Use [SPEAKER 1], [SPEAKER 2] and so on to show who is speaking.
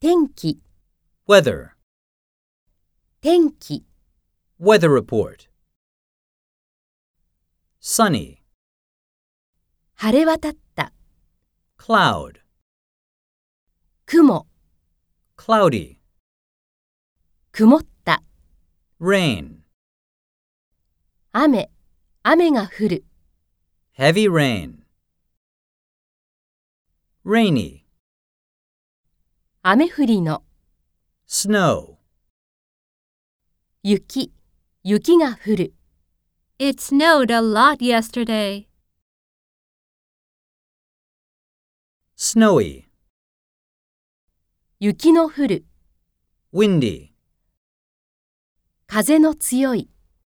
[SPEAKER 1] 天気、
[SPEAKER 2] Weather.
[SPEAKER 1] 天気、
[SPEAKER 2] Weather report. Sunny.
[SPEAKER 1] 晴れ渡った、
[SPEAKER 2] Cloud.
[SPEAKER 1] 雲、
[SPEAKER 2] Cloudy.
[SPEAKER 1] 曇った、
[SPEAKER 2] Rain.
[SPEAKER 1] 雨、雨が降る、
[SPEAKER 2] Heavy rain. Rainy.
[SPEAKER 1] 雨降りの、
[SPEAKER 2] Snow.
[SPEAKER 1] 雪、雪が降る。It snowed a lot yesterday.
[SPEAKER 2] Snowy.
[SPEAKER 1] 雪の降る、
[SPEAKER 2] Windy.
[SPEAKER 1] 風の強い。